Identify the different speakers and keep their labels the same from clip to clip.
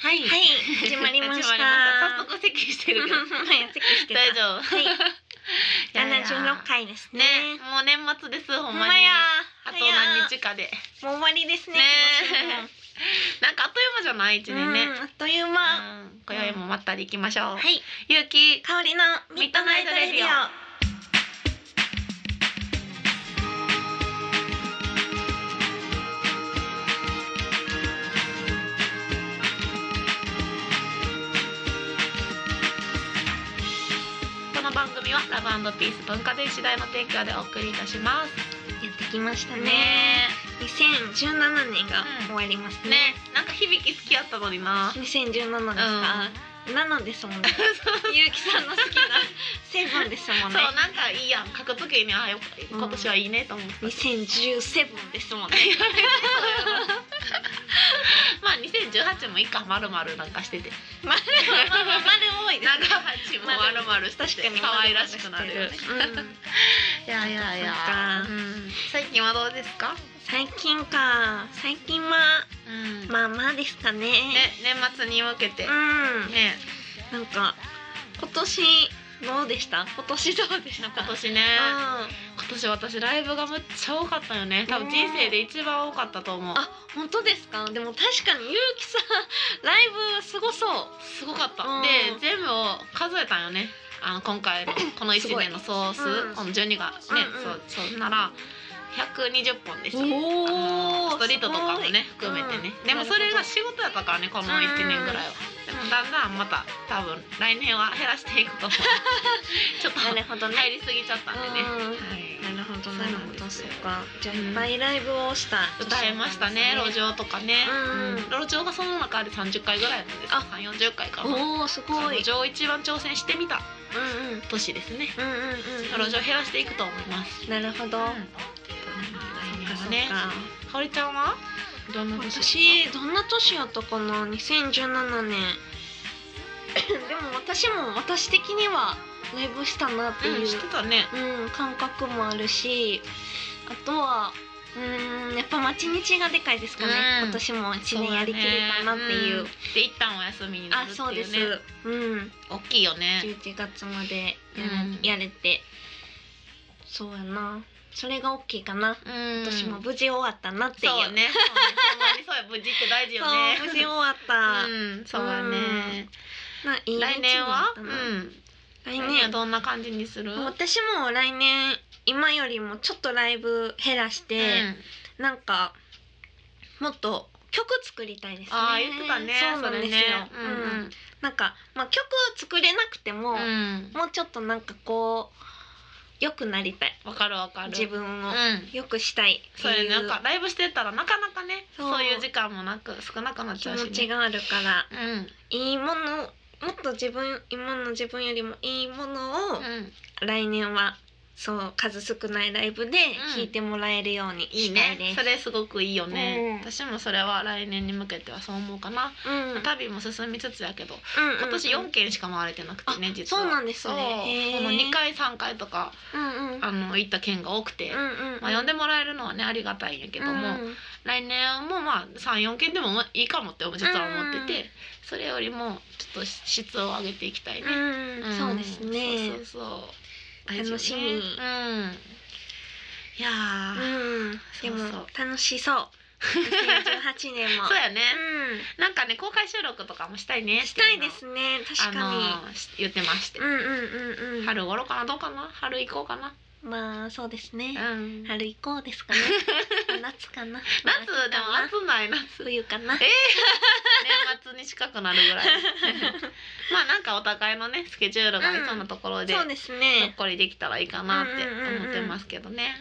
Speaker 1: はい。
Speaker 2: はい、始まりました。
Speaker 1: 早速席してるけど。
Speaker 2: はい、席してた。
Speaker 1: 大丈夫。
Speaker 2: はい。七十六回ですね。
Speaker 1: ね、もう年末です。ほ
Speaker 2: ほ
Speaker 1: ん
Speaker 2: ん
Speaker 1: ま
Speaker 2: ま
Speaker 1: に。
Speaker 2: や。
Speaker 1: あと
Speaker 2: 早
Speaker 1: 何日かで。
Speaker 2: もう終わりですね。
Speaker 1: ね
Speaker 2: 今
Speaker 1: なんかあっという間じゃない一
Speaker 2: 年も
Speaker 1: 年ね。
Speaker 2: うんあっという間。
Speaker 1: うん今宵もまったり行きましょう。
Speaker 2: はい。
Speaker 1: ゆうき。
Speaker 2: 香りのミッドナイトレディオ。
Speaker 1: この番組はラブピース文化電子代の提供でお送りいたします。
Speaker 2: やってきましたね。
Speaker 1: ね
Speaker 2: 二千十七年が終わります
Speaker 1: え。
Speaker 2: ね
Speaker 1: ね。え、なんか響き好きやったのにな。
Speaker 2: 二千十七ですか。なのですもんね。ゆうきさんの好きな成分ですも
Speaker 1: そうん
Speaker 2: ね。
Speaker 1: なんかいいやん格付けにあよ今年はいいねと思ってた、
Speaker 2: 二千十セブンですもんね。
Speaker 1: まあ2018も一家まるまるなんかしてて
Speaker 2: まあ、まあまあ丸多いですね
Speaker 1: 長。八もまるまるして
Speaker 2: 確
Speaker 1: て
Speaker 2: かに
Speaker 1: 可愛らしくなる、いやいやいや
Speaker 2: なんか
Speaker 1: うん最近はどうですか、
Speaker 2: 最近か最近は
Speaker 1: うん
Speaker 2: まあまあですかね
Speaker 1: ね年末に向けて、
Speaker 2: うん
Speaker 1: ね
Speaker 2: なんか今年どうでした今年どうでした
Speaker 1: 今年ね
Speaker 2: あ
Speaker 1: 今年私ライブがむっちゃ多かったよね多分人生で一番多かったと思う
Speaker 2: あ本当ですかでも確かにゆうきさんライブすごそう
Speaker 1: すごかった、
Speaker 2: うん
Speaker 1: で全部を数えたんよねあの 今回のこの1年の総
Speaker 2: す
Speaker 1: 数、
Speaker 2: ごいうん
Speaker 1: この12がね、
Speaker 2: うんうん
Speaker 1: そうそうなら120本でした
Speaker 2: お
Speaker 1: ストリートとかもね含めてね、でもそれが仕事やったからねこの1年ぐらいは、でもだんだんまた多分来年は減らしていく と思うちょっと
Speaker 2: な
Speaker 1: 入
Speaker 2: るほどね
Speaker 1: りすぎちゃったんでね、
Speaker 2: うん
Speaker 1: はい
Speaker 2: なるほど
Speaker 1: そう
Speaker 2: なる
Speaker 1: な
Speaker 2: ほ
Speaker 1: ん
Speaker 2: ど
Speaker 1: です
Speaker 2: そ
Speaker 1: よ
Speaker 2: うかじゃあいっぱいライブをした
Speaker 1: 歌えましたね路上とかね、
Speaker 2: うん
Speaker 1: 路上がその中で30回ぐらいなんです
Speaker 2: あ
Speaker 1: 3 4 0回かな
Speaker 2: おおーすごい
Speaker 1: 路上を一番挑戦してみた
Speaker 2: うんうん
Speaker 1: 年ですね
Speaker 2: うんうんうんうん
Speaker 1: 路上減らしていくと思います、
Speaker 2: なるほど、
Speaker 1: 来年
Speaker 2: そ
Speaker 1: は
Speaker 2: っ
Speaker 1: ね
Speaker 2: か
Speaker 1: かおりちゃんはどんな年
Speaker 2: 私どんな年やったかな2017年 でも私も私的にはライブしたなって
Speaker 1: うん
Speaker 2: い
Speaker 1: 知
Speaker 2: う
Speaker 1: って、たね
Speaker 2: うん感覚もあるしあとはうんやっぱ待ち日がでかいですかね、
Speaker 1: うん
Speaker 2: 今年も1年やりきれたなっていう
Speaker 1: そだねんで一旦お休みにな
Speaker 2: あ
Speaker 1: るって
Speaker 2: そう
Speaker 1: い
Speaker 2: で
Speaker 1: う
Speaker 2: す、
Speaker 1: ね
Speaker 2: うん
Speaker 1: 大きいよね
Speaker 2: 11月までや,、
Speaker 1: うん
Speaker 2: やれてそうやなそれが大きいかな
Speaker 1: うん
Speaker 2: 今年も無事終わったなっていう、
Speaker 1: そうねそうねほんまにそうや無事って大事よね
Speaker 2: そう無事終わった、
Speaker 1: うんそうだね
Speaker 2: まあいい一
Speaker 1: 来年はう
Speaker 2: だ
Speaker 1: ん
Speaker 2: な来
Speaker 1: 来年は
Speaker 2: 年
Speaker 1: どんな感じにする
Speaker 2: もう私も来年今よりもちょっとライブ減らして、
Speaker 1: うん
Speaker 2: なんかもっと曲作りたいですね。
Speaker 1: ああ言ってたね
Speaker 2: そうなんですよ。
Speaker 1: それ
Speaker 2: う
Speaker 1: ね
Speaker 2: んなんかまあ曲作れなくても、
Speaker 1: うんうん
Speaker 2: もうちょっとなんかこう良くなりたい
Speaker 1: わかるわかる
Speaker 2: 自分を
Speaker 1: うん
Speaker 2: 良くしたいって
Speaker 1: そうや
Speaker 2: い
Speaker 1: ねなん
Speaker 2: う
Speaker 1: かライブしてたらなかなかね
Speaker 2: そう
Speaker 1: そういう時間もなく少なくなっ
Speaker 2: 気
Speaker 1: ちゃうし、ね、
Speaker 2: 持ちがあるから
Speaker 1: うんうん
Speaker 2: いいものもっと自分今の自分よりもいいものを、来年はそう数少ないライブで聴いてもらえるように
Speaker 1: いい
Speaker 2: したいで
Speaker 1: ね
Speaker 2: す。
Speaker 1: それすごくいいよね、
Speaker 2: うん
Speaker 1: 私もそれは来年に向けてはそう思うかな、
Speaker 2: うんうんうん
Speaker 1: 旅も進みつつやけど
Speaker 2: うん
Speaker 1: 今年4軒しか回れてなくてね、実は
Speaker 2: そうなんです
Speaker 1: そう
Speaker 2: ね。
Speaker 1: この2
Speaker 2: 二
Speaker 1: 回3回とか
Speaker 2: うんうん
Speaker 1: あの行った県が多くて、
Speaker 2: うんうん
Speaker 1: まあ、呼んでもらえるのはねありがたいんやけども、
Speaker 2: うん
Speaker 1: 来年もまあ34件でもまあいいかもって実は思ってて、
Speaker 2: うん
Speaker 1: それよりもちょっと質を上げていきたいね、
Speaker 2: うん
Speaker 1: ん
Speaker 2: そうですね
Speaker 1: そう。そうそう
Speaker 2: 楽しみ
Speaker 1: うんいや
Speaker 2: う
Speaker 1: ー
Speaker 2: んで
Speaker 1: そ
Speaker 2: も
Speaker 1: うそう
Speaker 2: 楽し そう。2018年も。
Speaker 1: そうやね、
Speaker 2: う
Speaker 1: なんかね公開収録とかもしたいね
Speaker 2: ん
Speaker 1: っ
Speaker 2: してた
Speaker 1: う
Speaker 2: い
Speaker 1: のを
Speaker 2: ですね。確かに。
Speaker 1: あのーし言ってまして、
Speaker 2: うんうんうんうん。。
Speaker 1: 春頃かなどうかな春行こうかな、
Speaker 2: まあそうです
Speaker 1: うん、
Speaker 2: ね。
Speaker 1: 夏でも
Speaker 2: 春以降です かね。夏かな。
Speaker 1: 暑ない夏
Speaker 2: 冬かな。
Speaker 1: え年末に近くなるぐ らいまあなんかお互いのねスケジュールがいそうなところで、
Speaker 2: そうです
Speaker 1: ほっ
Speaker 2: ね。
Speaker 1: こりできたらいいかなって思ってますけどね。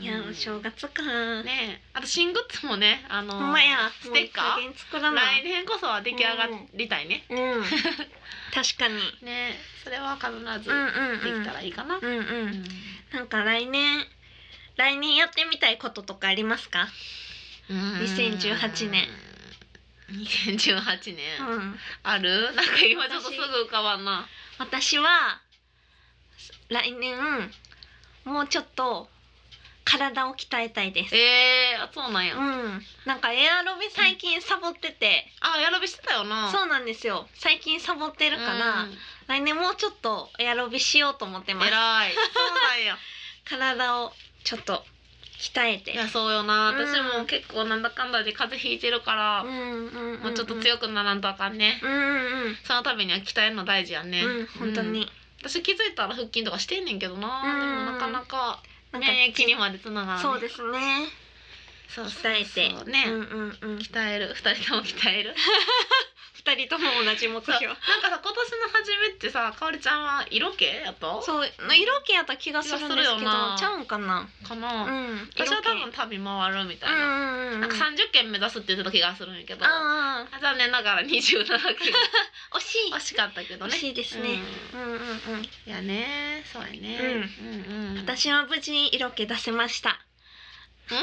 Speaker 2: いやお正月か。ね。
Speaker 1: ねえあと新グッズもねあの
Speaker 2: ほんまや。
Speaker 1: ステッカー
Speaker 2: もう一回作らない
Speaker 1: 来。年こそは出来上がりたいね。
Speaker 2: うん、確 かに。
Speaker 1: ねえそれは必ず
Speaker 2: うんうん
Speaker 1: で
Speaker 2: うん。
Speaker 1: きたらいいかな。
Speaker 2: うんう
Speaker 1: うん
Speaker 2: ん。なんか来年来年やってみたいこととかありますか？2018年。
Speaker 1: 2018年
Speaker 2: うん。
Speaker 1: ある？なんか今ちょっとすぐ浮かばんな。
Speaker 2: 私は来年もうちょっと体を鍛えたいです。
Speaker 1: えー、あそうなんや、
Speaker 2: う
Speaker 1: あ
Speaker 2: ん、なんかエアロビ最近サボってて、
Speaker 1: エアロビしてたよな
Speaker 2: そうなんですよ。最近サボってるから、
Speaker 1: うん
Speaker 2: 来年もうちょっとエアロビしようと思ってます。
Speaker 1: 偉いそう なんや
Speaker 2: 体をちょっと鍛えて
Speaker 1: い。やそうよな
Speaker 2: うん
Speaker 1: 私も結構なんだかんだで風邪ひいてるから、
Speaker 2: うんうんうん、
Speaker 1: もうちょっと強くならんとあかんね、
Speaker 2: うんうん
Speaker 1: そのためには鍛えるの大事やね、
Speaker 2: うん、うん、本当
Speaker 1: うん
Speaker 2: に、
Speaker 1: 私気づいたら腹筋とかしてんねんけどな、
Speaker 2: うん
Speaker 1: でもなかなか
Speaker 2: なんか
Speaker 1: 免疫にまでつながらん
Speaker 2: そうですね。
Speaker 1: そうそうそう
Speaker 2: 鍛えて、
Speaker 1: ね、
Speaker 2: うんうんうん。
Speaker 1: 鍛える二人とも 鍛える
Speaker 2: 二人とも同じ目標。
Speaker 1: なんかさ今年の初めってさかおりちゃんは色気やと
Speaker 2: そう、色気やった気がするんですけど、
Speaker 1: 気がするよな
Speaker 2: ちゃうんかな。
Speaker 1: か
Speaker 2: う
Speaker 1: な、
Speaker 2: ん。
Speaker 1: 私は多分
Speaker 2: 色
Speaker 1: 旅回るみた
Speaker 2: 気。
Speaker 1: いな、
Speaker 2: うんうんうん。
Speaker 1: なんか三十件目指すって言ってた気がするんやけど
Speaker 2: あ
Speaker 1: あ残念ながら二十七件
Speaker 2: あ、惜しい。
Speaker 1: 惜しかったけど
Speaker 2: 惜
Speaker 1: ね
Speaker 2: しいですね。うんうんうん。
Speaker 1: うん、いやねそうやね、うん、うんうん
Speaker 2: 私は無事に色気出せました。
Speaker 1: え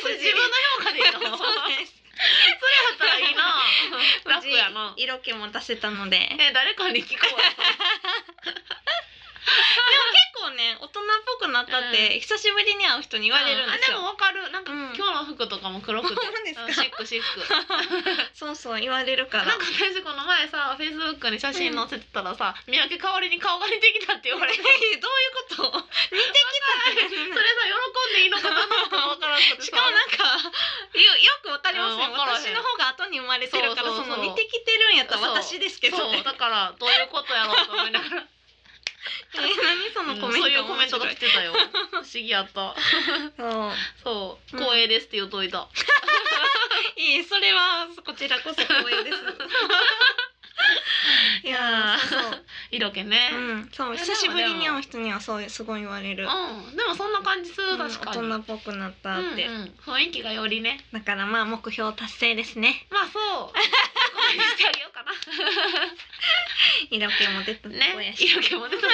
Speaker 1: それ自分の評価でいいの それやっ
Speaker 2: す。
Speaker 1: たらいい な楽やな
Speaker 2: 無事色気も出せたので。
Speaker 1: ね誰かに聞こうよ
Speaker 2: 結構ね、大人っぽくなったって、久しぶりに会う人に言われるんです
Speaker 1: あで
Speaker 2: よ。
Speaker 1: もわかるなんか、
Speaker 2: うん
Speaker 1: 今日の服とかも黒くて
Speaker 2: ほんまですか
Speaker 1: うんシックシッ ク
Speaker 2: そうそう、言われるか
Speaker 1: な
Speaker 2: ら
Speaker 1: ん。か私この前さフェイスブックに写真載せてたらさ、三宅かおりに顔が似てきたって言 われてそれさ
Speaker 2: えどういうこと似てきたって
Speaker 1: 喜んでいいのかなとかわからんく て
Speaker 2: し
Speaker 1: さ
Speaker 2: かもなんかよよくわかりますね、
Speaker 1: うんわからへん
Speaker 2: 私の方が後に生まれてるから
Speaker 1: そ
Speaker 2: そう
Speaker 1: そうそう
Speaker 2: の似てきてるんやったら私ですけど
Speaker 1: そう
Speaker 2: ね
Speaker 1: だからどういうことやろうと思いながら
Speaker 2: え何その
Speaker 1: うん
Speaker 2: コメント、
Speaker 1: そういうコメントが
Speaker 2: 面
Speaker 1: 来てたよ不思議やった
Speaker 2: 白い
Speaker 1: そう
Speaker 2: うん
Speaker 1: 光栄ですって言うといた、
Speaker 2: そういいそれはこちらこそ光栄 ですいやーそうそう
Speaker 1: 色気ねうん、
Speaker 2: うん、そう
Speaker 1: いや
Speaker 2: 久しぶりに会う人にはそうすごい言われる、
Speaker 1: でもそんな感じする、
Speaker 2: うん
Speaker 1: 確かに
Speaker 2: 大人っぽくなったって、
Speaker 1: うんうん、雰囲気がよりね
Speaker 2: だからまあ目標達成ですね
Speaker 1: まあ そう。ここにしてあげようかな。
Speaker 2: 色気も出たとこ
Speaker 1: ね
Speaker 2: や。し、
Speaker 1: 色気も出た。い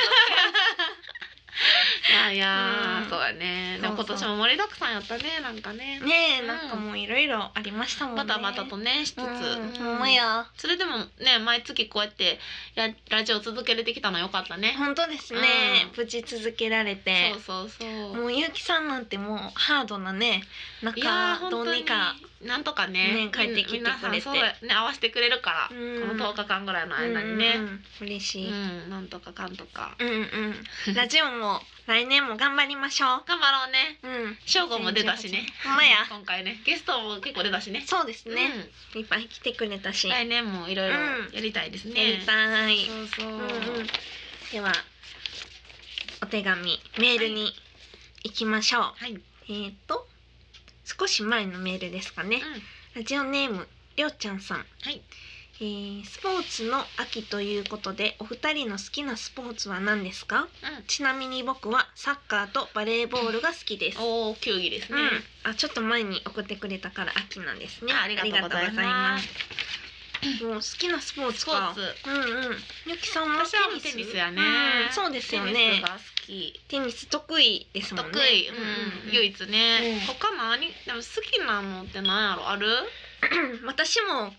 Speaker 1: やいや
Speaker 2: う、ん
Speaker 1: そうだね。でも
Speaker 2: そ
Speaker 1: 今
Speaker 2: うそう
Speaker 1: 年も盛りだくさんやったね、なんかね。
Speaker 2: ねえなんかもういろいろありましたもんね
Speaker 1: バタバタとねしつつ、
Speaker 2: うん、
Speaker 1: うん
Speaker 2: ほんまや
Speaker 1: それでもね毎月こうやってやラジオ続けれてきたのよかったね。
Speaker 2: 本当ですね、
Speaker 1: うん
Speaker 2: 無事続けられて
Speaker 1: そうそうそう。
Speaker 2: もうゆうきさんなんてもうハードなね
Speaker 1: いやー
Speaker 2: 中ど
Speaker 1: 本当
Speaker 2: うに
Speaker 1: に
Speaker 2: か
Speaker 1: なんとかね
Speaker 2: ね帰ってきてくれて
Speaker 1: 皆さんそうだね合わせてくれるか
Speaker 2: うん
Speaker 1: ら、この10日間ぐらいの
Speaker 2: う
Speaker 1: 間に
Speaker 2: ん
Speaker 1: ね、
Speaker 2: うん嬉
Speaker 1: う
Speaker 2: し
Speaker 1: ん
Speaker 2: い、
Speaker 1: なんとかかんとか
Speaker 2: うん、うん ラジオも来年も頑張りましょ
Speaker 1: 頑張ろうね。
Speaker 2: ううん
Speaker 1: 正午も出たしね。
Speaker 2: ほんまや
Speaker 1: 今回ね、ゲストも結構出たしね。
Speaker 2: そうですね、いっぱい来てくれた
Speaker 1: う
Speaker 2: し、
Speaker 1: ん。来年もいろいろやりたいですね。
Speaker 2: やりたい、
Speaker 1: そうそう。
Speaker 2: うんうん、ではお手紙メールに行きましょう、
Speaker 1: はい。うん。
Speaker 2: えっ、ー、と少し前のメールですかね、ラジオネームりょうちゃんさん
Speaker 1: はい。
Speaker 2: えースポーツの秋ということでお二人の好きなスポーツは何ですかちなみに僕はサッカーとバレーボールが好きです
Speaker 1: うん。おお、球技です
Speaker 2: う
Speaker 1: ね。
Speaker 2: ん、あちょっと前に送ってくれたから秋なんですね
Speaker 1: あありがとうござ
Speaker 2: ありがと
Speaker 1: います
Speaker 2: うございますもう好きなスポーツ
Speaker 1: スポー
Speaker 2: か
Speaker 1: ツ。
Speaker 2: うんうんゆきさんは
Speaker 1: 私はもう
Speaker 2: テ
Speaker 1: テ
Speaker 2: ニ
Speaker 1: ニ
Speaker 2: ス
Speaker 1: スやね
Speaker 2: う。んそうですよね
Speaker 1: テニスが好き。
Speaker 2: テニス得意ですもん
Speaker 1: 得
Speaker 2: ね
Speaker 1: 意。うんうん。唯
Speaker 2: 意
Speaker 1: 一ね
Speaker 2: うん。
Speaker 1: 他何？でも好きなのって何やろ？ある？
Speaker 2: 私も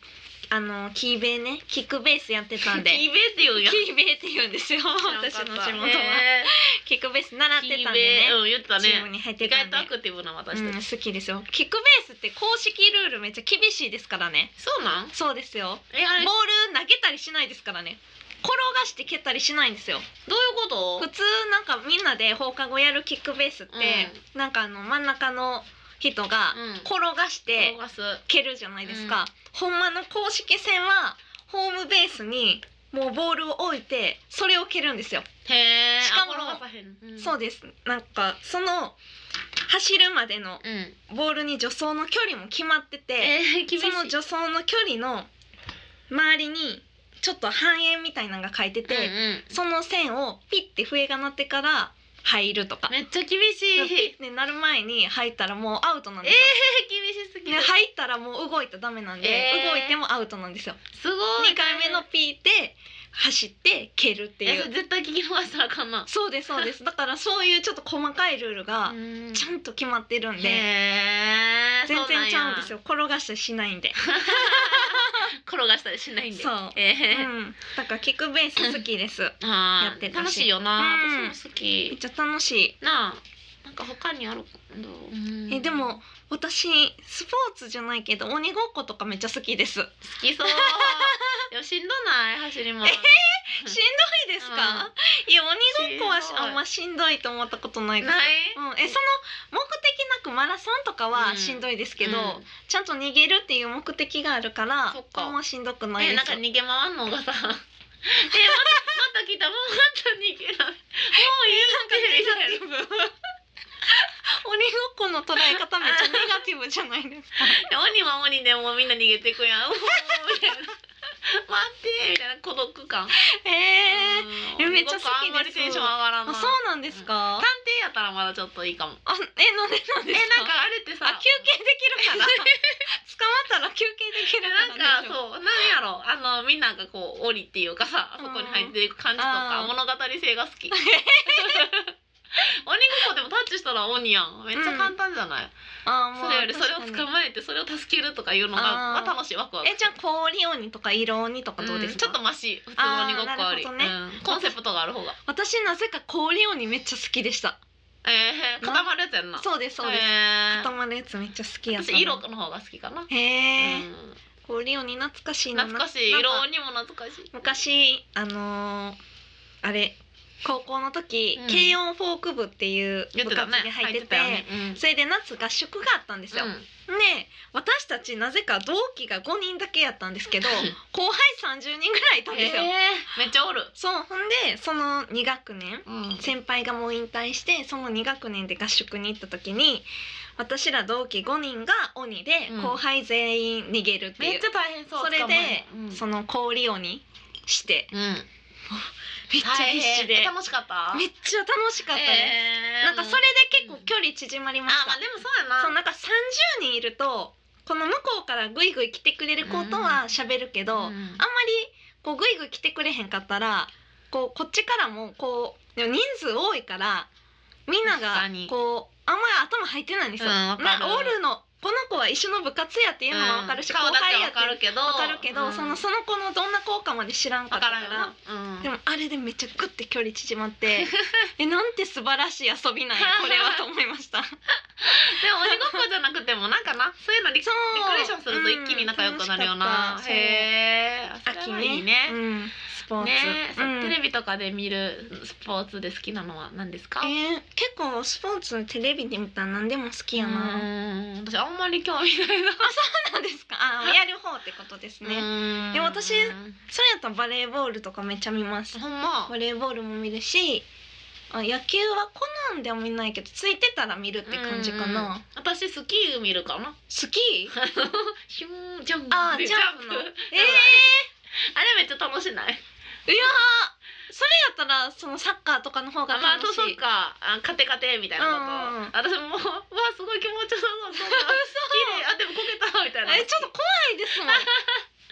Speaker 2: あのキーベーねキックベースやってた んで
Speaker 1: キーベーって言うんや。
Speaker 2: キーベーって言うんですよ私の地元は、キックベース習っ
Speaker 1: キー
Speaker 2: て
Speaker 1: ベ
Speaker 2: たんでね
Speaker 1: ー。うん、言ってた
Speaker 2: チーム
Speaker 1: ね。
Speaker 2: に入って
Speaker 1: 意
Speaker 2: たん
Speaker 1: 外
Speaker 2: で
Speaker 1: とアクティブな私
Speaker 2: うん、
Speaker 1: たち。
Speaker 2: 好きですよキックベースって公式ルールめっちゃ厳しいですからね
Speaker 1: そうなん？
Speaker 2: そうですよ
Speaker 1: え、
Speaker 2: ボ
Speaker 1: あ
Speaker 2: ー
Speaker 1: れ
Speaker 2: ル
Speaker 1: どう
Speaker 2: 投げたりしないですからね転がして蹴ったりしないんですよ
Speaker 1: いうこと
Speaker 2: 普？通なんかみんなで放課後やるキックベースって、なんかあの真ん中の人が
Speaker 1: うん
Speaker 2: 転がし
Speaker 1: 転
Speaker 2: て
Speaker 1: がす。
Speaker 2: 蹴るじゃないですか、ほんまの公式戦はホームベースにもうボールを置いてそれを蹴るんですよ、
Speaker 1: へえ。
Speaker 2: しかも
Speaker 1: あ転がさへんうん
Speaker 2: そうですなんかその走るまでの
Speaker 1: うん。
Speaker 2: ボールに助走の距離も決まってて、
Speaker 1: えー、厳し
Speaker 2: そ
Speaker 1: い。
Speaker 2: の助走の距離の周りにちょっと半円みたいなのが書いてて、
Speaker 1: うんうん
Speaker 2: その線をピッて笛が鳴ってから入るとか。
Speaker 1: めっちゃ厳し
Speaker 2: ピ
Speaker 1: い。
Speaker 2: ッて鳴る前に入ったらもうアウトなんですよ。
Speaker 1: 厳しすぎ
Speaker 2: で
Speaker 1: る。
Speaker 2: 入ったらもう動いたらダメなんで、
Speaker 1: えー
Speaker 2: 動いてもアウトなんですよ。
Speaker 1: すごい。
Speaker 2: 2回目のピーで走って蹴るって
Speaker 1: え
Speaker 2: い
Speaker 1: それ
Speaker 2: う。
Speaker 1: 絶対聞き逃したらあかんな。
Speaker 2: そうですそうです。だからそういうちょっと細かいルールが
Speaker 1: うん
Speaker 2: ちゃんと決まってるん
Speaker 1: へ
Speaker 2: で、
Speaker 1: え。
Speaker 2: 全然ちゃうんです
Speaker 1: よ。
Speaker 2: よ。転がしたりしないんで。
Speaker 1: 転がしたりしないんで。
Speaker 2: そう
Speaker 1: え
Speaker 2: う
Speaker 1: え。
Speaker 2: ん。だからキック ベース好きです。
Speaker 1: あー
Speaker 2: やってたし
Speaker 1: 楽しいよな。
Speaker 2: うん
Speaker 1: 私も好
Speaker 2: めっ
Speaker 1: き。
Speaker 2: ちゃ楽しい。
Speaker 1: なあ。なんか他にあるどう
Speaker 2: えでも私スポーツじゃないけど鬼ごっことかめっちゃ好きです。しんど
Speaker 1: 好き そういやしんどない走りも
Speaker 2: いですか？いや鬼ごっこはしあんましんどいと思ったことないです。
Speaker 1: ない
Speaker 2: うん、えその目的なくマラソンとか
Speaker 1: う
Speaker 2: は
Speaker 1: ん
Speaker 2: しんどいですけど、
Speaker 1: うん
Speaker 2: ちゃんと逃げるっていう目的があるから
Speaker 1: そっか
Speaker 2: あんましんどくない
Speaker 1: え
Speaker 2: です
Speaker 1: なんか逃げ回んのがさえま たまた来たもうまた逃げられもういいってみたいな
Speaker 2: 鬼ごっこの捉え方めっちゃネガティブじゃない ですか
Speaker 1: で鬼は鬼でもうみんな逃げてい くやん うおーみたいな待ってみたいな孤独感
Speaker 2: えー、
Speaker 1: うん
Speaker 2: めっちゃ好きです
Speaker 1: あんまりテンション上がらん
Speaker 2: あ
Speaker 1: な
Speaker 2: そうなんですか、
Speaker 1: 探偵やったらまだちょっといいかも
Speaker 2: あえなんでなん
Speaker 1: え
Speaker 2: です
Speaker 1: なん
Speaker 2: か
Speaker 1: かあれってさ
Speaker 2: あ休憩できる から捕まったら休憩できる
Speaker 1: な
Speaker 2: か
Speaker 1: ん
Speaker 2: ら
Speaker 1: か
Speaker 2: でしょ
Speaker 1: そうなんやろあのみんながこう檻っていうかさあそこに入っていく感じとか
Speaker 2: うん
Speaker 1: 物語性が好 き鬼ごっこでもタッチしたら鬼やんめっちゃ簡単じゃない、
Speaker 2: あー
Speaker 1: それよりそれを
Speaker 2: 確
Speaker 1: 捕
Speaker 2: かに
Speaker 1: まえてそれを助けるとかいうのがま
Speaker 2: あー
Speaker 1: あ楽しいワクワク
Speaker 2: えじゃあ氷鬼とか色鬼とかどうですか、
Speaker 1: んちょっとマシ普通の鬼ごっこより、
Speaker 2: あーなる
Speaker 1: うんコンセプトがある方が
Speaker 2: 私なぜか氷鬼めっちゃ好きでした
Speaker 1: えー、固まるやつやんなう
Speaker 2: そうですそうです、
Speaker 1: えー
Speaker 2: 固まるやつめっちゃ好きやった
Speaker 1: 私色の方が好きかな、
Speaker 2: へえ、
Speaker 1: うん
Speaker 2: 氷鬼懐かしいな
Speaker 1: 懐かしい
Speaker 2: な
Speaker 1: 色
Speaker 2: なんか
Speaker 1: にも懐かしい
Speaker 2: 昔あのーあれ高校の時、
Speaker 1: うん
Speaker 2: 軽音フォーク部っていう
Speaker 1: 言
Speaker 2: 部
Speaker 1: ってた
Speaker 2: 活
Speaker 1: ね
Speaker 2: に入ってて
Speaker 1: たよねうん
Speaker 2: それで夏合宿があったんですよ、
Speaker 1: うん
Speaker 2: で私たちなぜか同期が5人だけやったんですけど後輩30人ぐらいいたんですよ、
Speaker 1: めっちゃおる。
Speaker 2: そうほんでその2学年
Speaker 1: うん
Speaker 2: 先輩がもう引退してその2学年で合宿に行った時に私ら同期5人が鬼で、
Speaker 1: うん
Speaker 2: 後輩全員逃げるっていう
Speaker 1: めっちゃ大変そう。
Speaker 2: それ
Speaker 1: 捕まえ
Speaker 2: で、
Speaker 1: るのうん、
Speaker 2: その氷鬼して
Speaker 1: うん、
Speaker 2: めっちゃ
Speaker 1: 大変
Speaker 2: 必死で
Speaker 1: え楽しかった。
Speaker 2: めっちゃ楽しかったです、
Speaker 1: えー
Speaker 2: なんかそれで結構距離縮まり
Speaker 1: あ
Speaker 2: ました、
Speaker 1: まあでもそうやな。
Speaker 2: そうなんか30人いるとこの向こうからグイグイ来てくれる子とは喋るけど、あんま
Speaker 1: う
Speaker 2: り
Speaker 1: ん
Speaker 2: こうグイグイ来てくれへんかったらこうこっちからもこうでも人数多いからみんな
Speaker 1: 確
Speaker 2: が
Speaker 1: かに
Speaker 2: こうあんまり頭入ってないんですよ。
Speaker 1: うん
Speaker 2: な
Speaker 1: わかる
Speaker 2: オールのこの子は一緒の部活やっていうのは分かるし、
Speaker 1: うん、
Speaker 2: 後
Speaker 1: 顔だ
Speaker 2: 輩
Speaker 1: け
Speaker 2: やっ
Speaker 1: わ
Speaker 2: て
Speaker 1: かるけど、
Speaker 2: 分かるけど、
Speaker 1: うん
Speaker 2: そのその子のどんな効果まで知らんか
Speaker 1: わ
Speaker 2: った
Speaker 1: か
Speaker 2: から
Speaker 1: んよな
Speaker 2: ら。。
Speaker 1: うん
Speaker 2: でもあれでめっちゃグッて距離縮まって えなんて素晴らしい遊びなんやこれはと思いました。
Speaker 1: でも鬼ごっこじゃなくてもなんかなそういうのリク
Speaker 2: そう
Speaker 1: リクレーションすると一気に仲良くなるよ
Speaker 2: う
Speaker 1: な。
Speaker 2: ん楽しかった
Speaker 1: へえ。
Speaker 2: 秋
Speaker 1: それは
Speaker 2: ね
Speaker 1: いいね。
Speaker 2: うん、スポーツ、
Speaker 1: ねえ、そう
Speaker 2: うん
Speaker 1: テレビとかで見るスポーツで好きなのは何ですか？
Speaker 2: えー結構スポーツテレビで見たら何でも好きやな、あ
Speaker 1: うーん私あんまり興味ないな。
Speaker 2: そうなん ですかあやる方ってことです ね、
Speaker 1: ね
Speaker 2: で私それやったらバレーボールとかめっちゃ見ます
Speaker 1: ほんま
Speaker 2: バレーボールも見るしあ野球はコナンでは見ないけどついてたら見るって感じかな、
Speaker 1: うん私スキー見るかな。
Speaker 2: 好き
Speaker 1: ヒュンジャンプ。
Speaker 2: あージャンプの
Speaker 1: え
Speaker 2: え
Speaker 1: え
Speaker 2: ー、
Speaker 1: あれめっちゃ楽しない。
Speaker 2: いやーそれやったらそのサッカーとかの方が
Speaker 1: あまあ
Speaker 2: 楽し
Speaker 1: そ、
Speaker 2: いう
Speaker 1: か。あカテカテみたいな
Speaker 2: うんうん
Speaker 1: こと。私もうわあすごい気持ちよさそう。そ
Speaker 2: 嘘
Speaker 1: う綺麗あでもこけたみたいな。
Speaker 2: えちょっと怖いです もん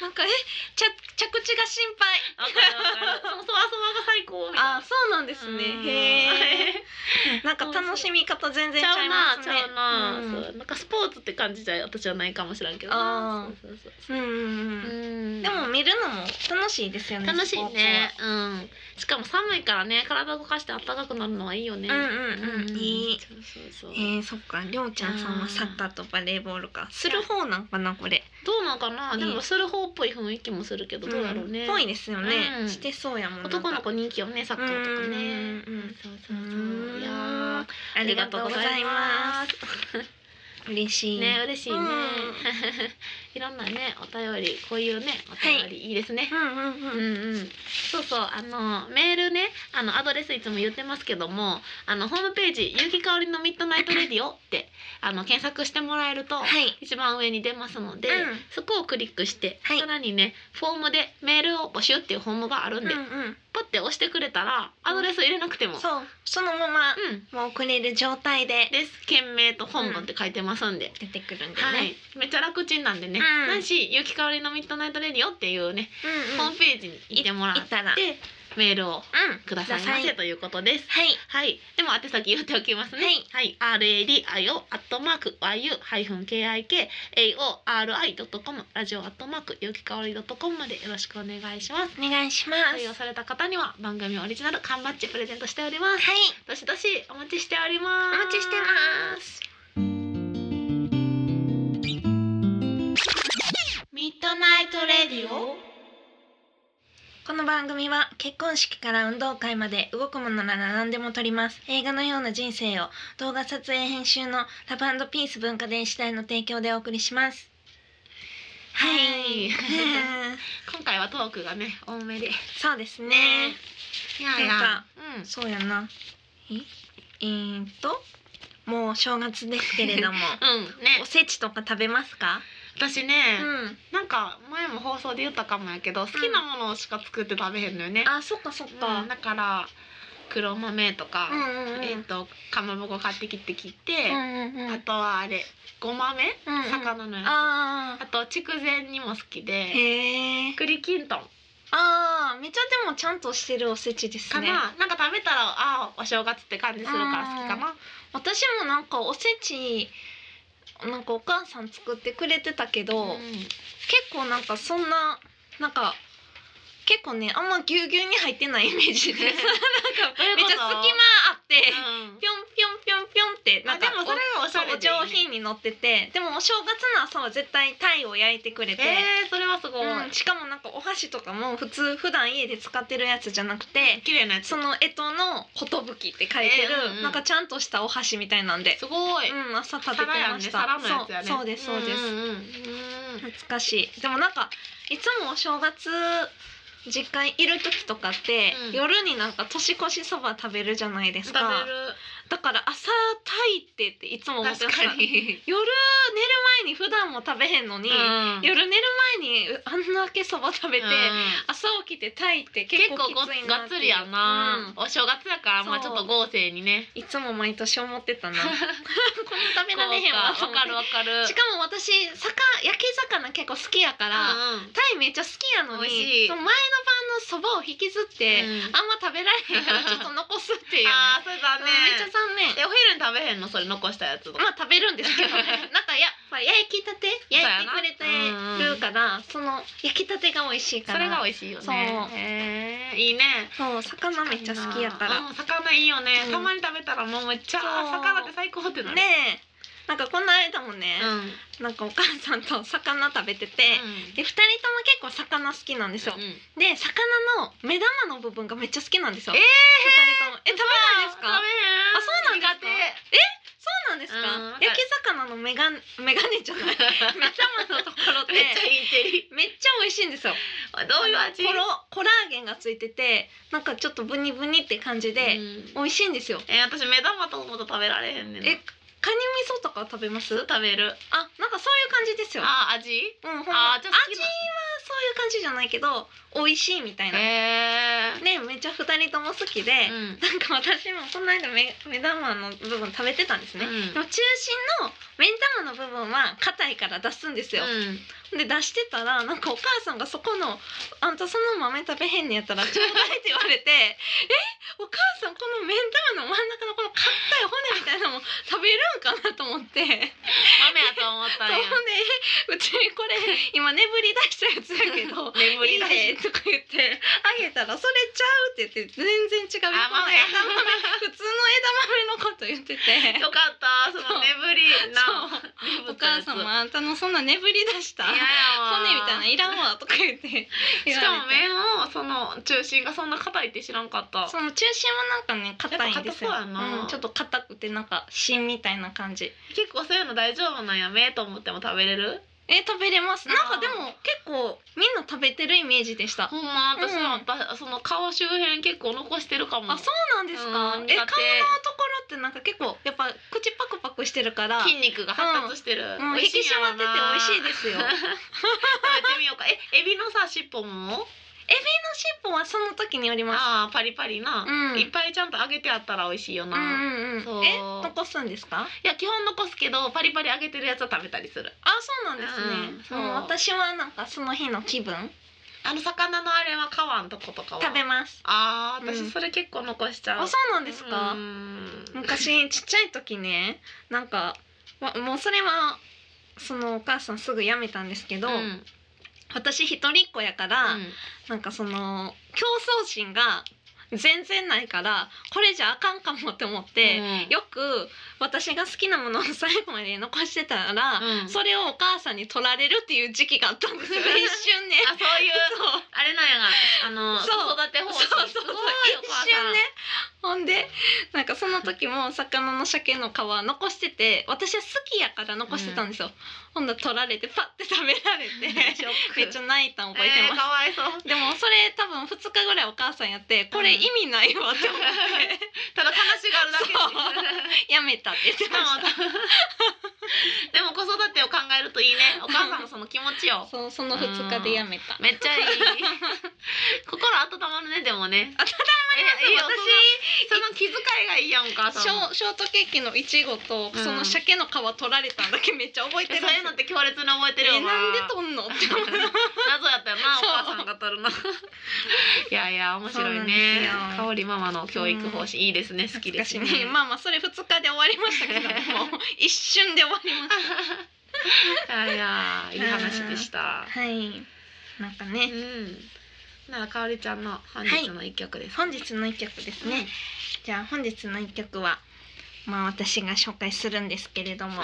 Speaker 2: なんかえ着着地が心配
Speaker 1: わかるわかる。そのそわそわが最高みたいな。
Speaker 2: あそうなんですね
Speaker 1: うん
Speaker 2: へ え なんか楽しみ方全然
Speaker 1: ち
Speaker 2: ち
Speaker 1: ゃ
Speaker 2: ゃ
Speaker 1: う
Speaker 2: います
Speaker 1: な、ち
Speaker 2: ね
Speaker 1: ゃうな、
Speaker 2: うん
Speaker 1: そう、なんかスポーツって感じじゃ、私はないかもしれんけどな。
Speaker 2: あー
Speaker 1: そうそう
Speaker 2: うんうん
Speaker 1: そう。
Speaker 2: うん
Speaker 1: ん
Speaker 2: でも見るのも楽しいですよね
Speaker 1: 楽しい
Speaker 2: スポーツ
Speaker 1: ね。うん。しかも寒いからね、体動かして暖かくなるのはいいよね。
Speaker 2: はうんうんうんいい
Speaker 1: そうそうそう。
Speaker 2: えー、そっかりょうちゃんさんはサッカーとバレーボールかする方なんかなこれ
Speaker 1: どうなんかな、で
Speaker 2: い
Speaker 1: も
Speaker 2: い
Speaker 1: する方っぽい雰囲気もするけど、どうだろうね。
Speaker 2: んぽいですよね、
Speaker 1: うん
Speaker 2: してそうやもん
Speaker 1: 男の子
Speaker 2: に
Speaker 1: 人気よね、サッカーとかね。
Speaker 2: うんうんうん
Speaker 1: そうそうそう。いやー
Speaker 2: ありがとうございま
Speaker 1: ありがとうございます。
Speaker 2: す嬉しい
Speaker 1: ね嬉しいね、
Speaker 2: うん
Speaker 1: いろんなねお便りこういうねお便り、、
Speaker 2: はい
Speaker 1: いですね
Speaker 2: う、んうん
Speaker 1: うん
Speaker 2: うん
Speaker 1: うん、そうそうあのメールねあのアドレスいつも言ってますけどもあのホームページ「ゆうきかおりのミッドナイトレディオ」ってあの検索してもらえると、
Speaker 2: はい
Speaker 1: 一番上に出ますので、
Speaker 2: うん
Speaker 1: そこをクリックして、
Speaker 2: はい
Speaker 1: さらにねフォームでメールを募集っていうフォームがあるん
Speaker 2: うん
Speaker 1: で、
Speaker 2: うん
Speaker 1: ポッて押してくれたらアドレス入れなくても、う
Speaker 2: そうそのまま
Speaker 1: ん、
Speaker 2: もうくれる状態で
Speaker 1: です件名と本文って書いてますんで、
Speaker 2: 出てくるんでね、
Speaker 1: はい、めっちゃ楽ちんなんでね、
Speaker 2: うん
Speaker 1: なんし「ゆきかおりのミッドナイトレディオ」っていうね、
Speaker 2: うんうん
Speaker 1: ホームページに行ってもらっ
Speaker 2: い
Speaker 1: て
Speaker 2: たら
Speaker 1: でメールを
Speaker 2: うん
Speaker 1: くださいま
Speaker 2: はい
Speaker 1: せということです。
Speaker 2: はい
Speaker 1: はい、でも宛先言っておきますね。はい、R. A. D. I. O. アットマーク Y. U. ハイフン K. I. K. A. O. R. I. ドットコム。ラジオアットマークゆきかおりドットコムまでよろしくお願いします。
Speaker 2: お願いしま
Speaker 1: 採
Speaker 2: す
Speaker 1: 用された方には番組オリジナル缶バッジプレゼントしております。
Speaker 2: はい
Speaker 1: どしどしお待ちしておりま
Speaker 2: お
Speaker 1: す。
Speaker 2: 待ちしてます
Speaker 1: ミッドナイトレディオ。
Speaker 2: この番組は結婚式から運動会まで動くものなら何でも撮ります映画のような人生を動画撮影編集のラブピース文化電子台の提供でお送りしますはい
Speaker 1: 今回はトークがね、多めで。
Speaker 2: そうですね
Speaker 1: いやい
Speaker 2: なん
Speaker 1: や
Speaker 2: か。
Speaker 1: うん。
Speaker 2: そうやなええー、っともう正月ですけ れども
Speaker 1: うん、ね
Speaker 2: お、せちとか食べますか
Speaker 1: 私
Speaker 2: う
Speaker 1: ね、
Speaker 2: ん
Speaker 1: なんか前も放送で言ったかもやけど、好きなものしか作って食べへんのよね。
Speaker 2: あそっかそっ
Speaker 1: う
Speaker 2: か
Speaker 1: んだから黒豆とか、
Speaker 2: うんうんうん
Speaker 1: えっ、とかまぼこ買ってきて切って、
Speaker 2: うんうんう
Speaker 1: あ
Speaker 2: ん
Speaker 1: とはあれごまめ、
Speaker 2: うんうん
Speaker 1: 魚のやつあ
Speaker 2: あー
Speaker 1: と筑前煮も好きで
Speaker 2: へえ
Speaker 1: 栗きんとん
Speaker 2: あーめっちゃでもちゃんとしてるおせちです
Speaker 1: か
Speaker 2: ね
Speaker 1: な、なんか食べたらあーお正月って感じするから好きかな
Speaker 2: 私もなんかおせちなんかお母さん作ってくれてたけど、
Speaker 1: うん
Speaker 2: 結構なんかそんななんか結構ねあんまぎゅうぎゅうに入ってないイメー ジですなんか
Speaker 1: どういう
Speaker 2: め
Speaker 1: こ
Speaker 2: っ
Speaker 1: と
Speaker 2: ちゃ隙間あって、
Speaker 1: うん
Speaker 2: ぴょんぴょんぴょんぴょんってな
Speaker 1: あ
Speaker 2: ん
Speaker 1: で
Speaker 2: か
Speaker 1: もそれがおしゃれ
Speaker 2: お
Speaker 1: でいいね
Speaker 2: 上品に乗っててでもお正月の朝は絶対鯛を焼いてくれて、
Speaker 1: えー、それはすごい、
Speaker 2: うんしかもなんかお箸とかも普通普段家で使ってるやつじゃなくて、
Speaker 1: 綺麗なやつ
Speaker 2: その干支の寿って書いてる、
Speaker 1: えーうんうん
Speaker 2: なんかちゃんとしたお箸みたいなんで、
Speaker 1: すごい、
Speaker 2: うん、朝食べて
Speaker 1: 皿や
Speaker 2: ま
Speaker 1: ん
Speaker 2: し
Speaker 1: ね
Speaker 2: た。
Speaker 1: 皿のやつやね
Speaker 2: そうそうですそうです、
Speaker 1: んうんうんうん
Speaker 2: 懐かしい。でもなんかいつもお正月実家にいる時とかって、
Speaker 1: うん
Speaker 2: 夜になんか年越しそば食べるじゃないです
Speaker 1: 食
Speaker 2: か。
Speaker 1: べ
Speaker 2: だから朝炊いてっていつも思ってま
Speaker 1: る
Speaker 2: した。
Speaker 1: 確か
Speaker 2: 夜寝
Speaker 1: に、
Speaker 2: る前に普段も食べへんのに、
Speaker 1: うん
Speaker 2: 夜寝る前にあんなけそば食べて。
Speaker 1: うん
Speaker 2: 朝起きて炊いて結
Speaker 1: 結
Speaker 2: 構き
Speaker 1: 構ご
Speaker 2: ついな
Speaker 1: がって
Speaker 2: いう
Speaker 1: つりやな、
Speaker 2: うん
Speaker 1: お正月だからまあち
Speaker 2: そ
Speaker 1: ょ
Speaker 2: う
Speaker 1: っと豪勢にね
Speaker 2: いつも毎年思って たなこんな食べ
Speaker 1: こうから
Speaker 2: れへん わ
Speaker 1: わ
Speaker 2: と思っ
Speaker 1: か
Speaker 2: て
Speaker 1: るわかる
Speaker 2: しかも私魚焼き魚結構好きやから、
Speaker 1: うんうん
Speaker 2: タイめっちゃ好きやの
Speaker 1: 美味し
Speaker 2: に
Speaker 1: い
Speaker 2: その前の晩のそばを引きずって、
Speaker 1: うん
Speaker 2: あんま食べられへんからちょっと残すっていう、ね、
Speaker 1: あーそれ残
Speaker 2: うん
Speaker 1: 念
Speaker 2: めっちゃ残念
Speaker 1: えお昼に食べへんのそれ残したやつとか、
Speaker 2: まあ食べるんですけどなんかやっぱ焼きたて焼いてくれてるからその焼きたてが美味しいか
Speaker 1: そ
Speaker 2: ら
Speaker 1: れが美味しいよね
Speaker 2: そう
Speaker 1: へえいいね
Speaker 2: そう魚めっちゃ好きやから
Speaker 1: うん魚いいよね、
Speaker 2: うん
Speaker 1: たまに食べたらもうめっちゃ
Speaker 2: そう
Speaker 1: あ魚って最高ってなる
Speaker 2: ねえなんかこの間もね
Speaker 1: う、ん、
Speaker 2: なんかお母さんと魚食べてて、で2人とも結構魚好きなんですよ、
Speaker 1: うん
Speaker 2: で魚の目玉の部分がめっちゃ好きなんですよ
Speaker 1: えー
Speaker 2: 二人ともえ食べないですか
Speaker 1: 食べへん
Speaker 2: あそうなんですかそうなんですか
Speaker 1: うん
Speaker 2: 焼き魚のメガネメガネじゃない 目玉のところっ
Speaker 1: 苦手めっちゃ
Speaker 2: て
Speaker 1: インテリ
Speaker 2: めっちゃ美味しいんですよ
Speaker 1: どういう味
Speaker 2: コロコラーゲンがついててなんかちょっとブニブニって感じ
Speaker 1: う
Speaker 2: で、
Speaker 1: ん
Speaker 2: 美味しいんですよ
Speaker 1: え私目玉と思うと食べられへんねんな
Speaker 2: えカニ味噌とか食べますあ
Speaker 1: 食べる
Speaker 2: なんかそういう感じですよ
Speaker 1: あ味
Speaker 2: うんほんま
Speaker 1: あ
Speaker 2: 味
Speaker 1: ちょ
Speaker 2: は
Speaker 1: っと好きな
Speaker 2: そういう感じじゃないけど美味しいみたいな、
Speaker 1: へ
Speaker 2: ねめっちゃ二人とも好きで、
Speaker 1: えうん
Speaker 2: なんか私もこの間目目玉の部分食べてたんですね、
Speaker 1: うん
Speaker 2: でも中心の目玉の部分は硬いから出すんですよ、
Speaker 1: うん
Speaker 2: で出してたらなんかお母さんがそこの「あんたその豆食べへんねやったらちょうだい」って言われて「えお母さんこの目玉の真ん中のこの硬い骨みたいなのも食べるんかな?」と思って
Speaker 1: 豆やと思った
Speaker 2: そうん
Speaker 1: や
Speaker 2: でうちにこれ今眠り出したやつやけど。
Speaker 1: 眠
Speaker 2: いい
Speaker 1: りだし
Speaker 2: ねとか言ってあげたらそれちゃうって言って全然違う枝
Speaker 1: あまだや
Speaker 2: 豆普通の枝豆のこと言ってて
Speaker 1: よかったその眠りな
Speaker 2: そう
Speaker 1: 眠
Speaker 2: お
Speaker 1: ったや
Speaker 2: 母
Speaker 1: つ
Speaker 2: さんもあんたのそんな眠り出した
Speaker 1: 嫌やわ
Speaker 2: 骨みたいないらんわとか言って
Speaker 1: し
Speaker 2: 言
Speaker 1: か
Speaker 2: わ
Speaker 1: も
Speaker 2: れて
Speaker 1: 麺をその中心がそんな硬いって知らんかった
Speaker 2: その中心もなんかね硬いんですよ
Speaker 1: やっぱ硬そうやな
Speaker 2: うんちょっと硬くてなんか芯みたいな感じ
Speaker 1: 結構そういうの大丈夫なんやめと思っても食べれる
Speaker 2: え食べれますなん
Speaker 1: あ
Speaker 2: か
Speaker 1: ー
Speaker 2: でも結構みんな食べてるイメージでした
Speaker 1: ほんま私は、
Speaker 2: うん
Speaker 1: ばその顔周辺結構残してるかも
Speaker 2: あそうなんですか
Speaker 1: うん
Speaker 2: え
Speaker 1: 苦
Speaker 2: 顔のとこ
Speaker 1: 手
Speaker 2: ろってなんか結構やっぱ口パクパクしてるから
Speaker 1: 筋肉が発達してる、
Speaker 2: うん、
Speaker 1: 美
Speaker 2: 引
Speaker 1: 味
Speaker 2: き
Speaker 1: しいんや
Speaker 2: 締ま
Speaker 1: ろ
Speaker 2: っ
Speaker 1: な
Speaker 2: てて美味しいですよ。エビの
Speaker 1: 食べてみようかえエビのさ尻尾も
Speaker 2: 尻尾はその時によります。
Speaker 1: あーパリパリな、
Speaker 2: うん
Speaker 1: いっぱいちゃんと揚げてあったら美味しいよ
Speaker 2: う
Speaker 1: な、
Speaker 2: ん
Speaker 1: い
Speaker 2: うん。
Speaker 1: そううん
Speaker 2: え、残すんですか？
Speaker 1: や基本残すけどパリパリ揚げてるやつは食べたりする
Speaker 2: あ、そうなんですね。
Speaker 1: うん
Speaker 2: もう私はなんかその日の気分
Speaker 1: あの魚のあれはカワンとことかは
Speaker 2: 食べます
Speaker 1: ああ
Speaker 2: うん
Speaker 1: 私それ結構残しちゃう、
Speaker 2: あそうなんですか、
Speaker 1: うーん
Speaker 2: 昔ちっちゃい時ねなんかわもうそれはそのお母さんすぐ辞めたんですけど、
Speaker 1: うん
Speaker 2: 私一人っ子やから、なんかその競争心が全然ないからこれじゃあかんかもって思って、
Speaker 1: うん
Speaker 2: よく私が好きなものを最後まで残してたら、
Speaker 1: うん
Speaker 2: それをお母さんに取られるっていう時期があったん ですよ一瞬ね。
Speaker 1: あそういう
Speaker 2: そう
Speaker 1: あれなんやがあの子
Speaker 2: そう
Speaker 1: 育て方針
Speaker 2: そう
Speaker 1: す
Speaker 2: そう
Speaker 1: ごい
Speaker 2: そう
Speaker 1: お
Speaker 2: 一
Speaker 1: 母さん
Speaker 2: 瞬ねほんでなんかその時も魚の鮭の皮残してて私は好きやから残してたんですよ、ほんだら取られてパッて食べられ てめっちゃ泣いたん覚えて
Speaker 1: えー
Speaker 2: ます
Speaker 1: か、わいそう
Speaker 2: でもそれ多分2日ぐらいお母さんやってこれ意味ないわって思って
Speaker 1: ただ悲しがるだけです
Speaker 2: やめたって言ってまし
Speaker 1: でも子育てを考えるといいねお母さんのその気持ち
Speaker 2: た
Speaker 1: を
Speaker 2: そうその2日でやめた
Speaker 1: めっ ちゃいい心温まるねでもね温ま
Speaker 2: す
Speaker 1: いいよ
Speaker 2: 私
Speaker 1: そのその気遣いがいいやんお母さん
Speaker 2: シ
Speaker 1: の
Speaker 2: ョショートケーキのいちごと
Speaker 1: うん
Speaker 2: その鮭の皮取られたんだけめっちゃ覚えて
Speaker 1: え
Speaker 2: る
Speaker 1: そういうのって強烈に覚えてるよ
Speaker 2: え
Speaker 1: な
Speaker 2: なんで取んのって思って
Speaker 1: 謎やったよなお
Speaker 2: そう
Speaker 1: 母さん が取るのいやいや面白い
Speaker 2: そう
Speaker 1: ね
Speaker 2: なんですよ
Speaker 1: 香りママの教育方針いいですね好きですね
Speaker 2: 懐かしいまあまあそれ2日で終わりましたけど もう一瞬で終わりまし
Speaker 1: い やいやいい話でした
Speaker 2: たはいなんか
Speaker 1: う
Speaker 2: ね
Speaker 1: んなら香りちゃんの本日の一曲です、
Speaker 2: 本日の一曲ですね、じゃあ本日の一曲はまあ私が紹介するんですけれども、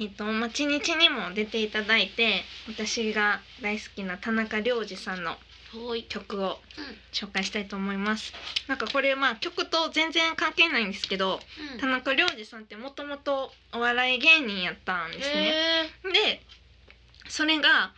Speaker 2: えっと「まちにち」にも出ていただいて私が大好きな田中良次さんの
Speaker 1: うんはい
Speaker 2: 曲を
Speaker 1: うん
Speaker 2: 紹介したいと思います、なんかこれまあ曲と全然関係ないんですけど田中良次さんってもともとお笑い芸人やったんですね、
Speaker 1: へ
Speaker 2: でそれが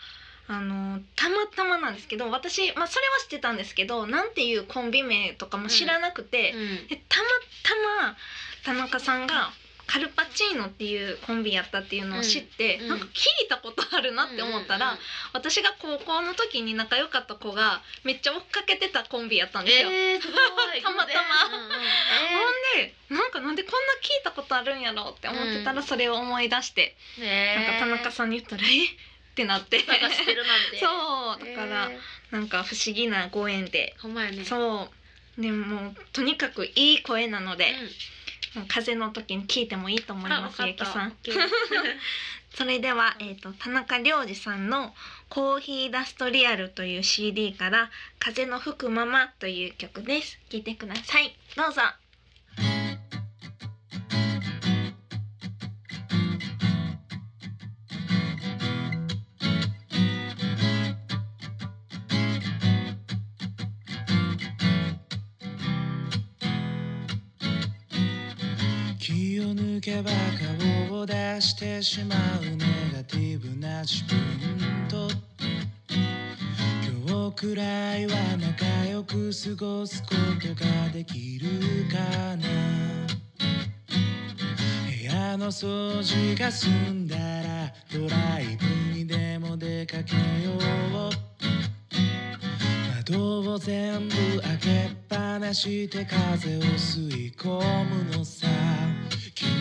Speaker 2: あのたまたまなんですけど私、まあ、それは知ってたんですけどなんていうコンビ名とかも知らなくて、
Speaker 1: えうん
Speaker 2: でたまたま田中さんがカルパチーノっていうコンビやったっていうのを知って、
Speaker 1: うんうん
Speaker 2: なんか聞いたことあるなって思ったら、
Speaker 1: うん
Speaker 2: 私が高校の時に仲良かった子がめっちゃ追っかけてたコンビやったんですよ。
Speaker 1: えーすごい
Speaker 2: たまたま
Speaker 1: うんうん
Speaker 2: ほんでなんかなんでこんな聞いたことあるんやろうって思ってたらそれを思い出して、
Speaker 1: え
Speaker 2: な
Speaker 1: ー
Speaker 2: んか田中
Speaker 1: ね
Speaker 2: さんに言ったら「えっ?」ってなって
Speaker 1: え探してるなんて
Speaker 2: そうだから、
Speaker 1: えー
Speaker 2: なんか不思議なご縁で、
Speaker 1: ほんまやねう
Speaker 2: そうでもうとにかくいい声なので、
Speaker 1: ん
Speaker 2: もう風邪の時に聞いてもいいと思い
Speaker 1: あ
Speaker 2: ま
Speaker 1: わ
Speaker 2: す
Speaker 1: か
Speaker 2: ゆ
Speaker 1: っ
Speaker 2: き
Speaker 1: た
Speaker 2: さ
Speaker 1: オ
Speaker 2: ん
Speaker 1: ッケー
Speaker 2: それでは、えー、と田中良次さんの「コーヒーダストリアル」という CD から「風の吹くまま」という曲です聴いてくださいどうぞ
Speaker 3: 気を抜けば顔を出してしまうネガティブな自分と今日くらいは仲良く過ごすことができるかな部屋の掃除が済んだらドライブにでも出かけよう窓を全部開けっぱなしで風を吸い込むのさ昨日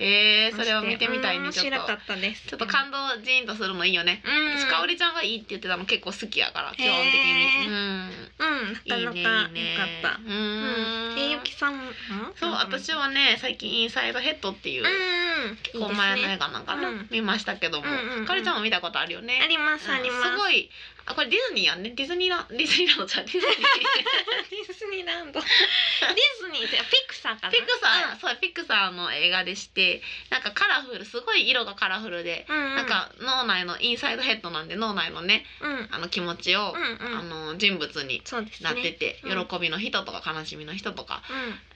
Speaker 1: えー、それを見てみたいね
Speaker 2: 面
Speaker 1: ちょっ
Speaker 2: 白か
Speaker 1: と
Speaker 2: ったです
Speaker 1: ちょっと感動ジーンとするのいいよね、
Speaker 2: うん
Speaker 1: 私かおりちゃんがいいって言ってたの結構好きやから基本的
Speaker 2: へー
Speaker 1: に、うん、
Speaker 2: うんなか
Speaker 1: いい
Speaker 2: なか
Speaker 1: ねいい
Speaker 2: 良か
Speaker 1: ね
Speaker 2: った
Speaker 1: う
Speaker 2: うん
Speaker 1: ん
Speaker 2: えゆきさんも
Speaker 1: そう私はね最近インサイドヘッドっていう、
Speaker 2: うんうん
Speaker 1: 結構前の
Speaker 2: いい
Speaker 1: 映
Speaker 2: ですね
Speaker 1: 画なんかな、
Speaker 2: うん
Speaker 1: 見ましたけども、
Speaker 2: うんうんうん
Speaker 1: かおりちゃんも見たことあるよね
Speaker 2: ありますあります
Speaker 1: うんすごいあこれディズニーやんねディズニーランディズニーランド じゃんディズニー
Speaker 2: ディズニー ランドディズニーってピクサーかな
Speaker 1: ピクサー、そうピクサーの映画でしてなんかカラフルすごい色がカラフルで、
Speaker 2: うんうん
Speaker 1: なんか脳内のインサイドヘッドなんで脳内のね
Speaker 2: うんうん
Speaker 1: あの気持ちを、
Speaker 2: うん
Speaker 1: あの人物に
Speaker 2: そうですね
Speaker 1: なってて、
Speaker 2: うん
Speaker 1: 喜びの人とか悲しみの人とか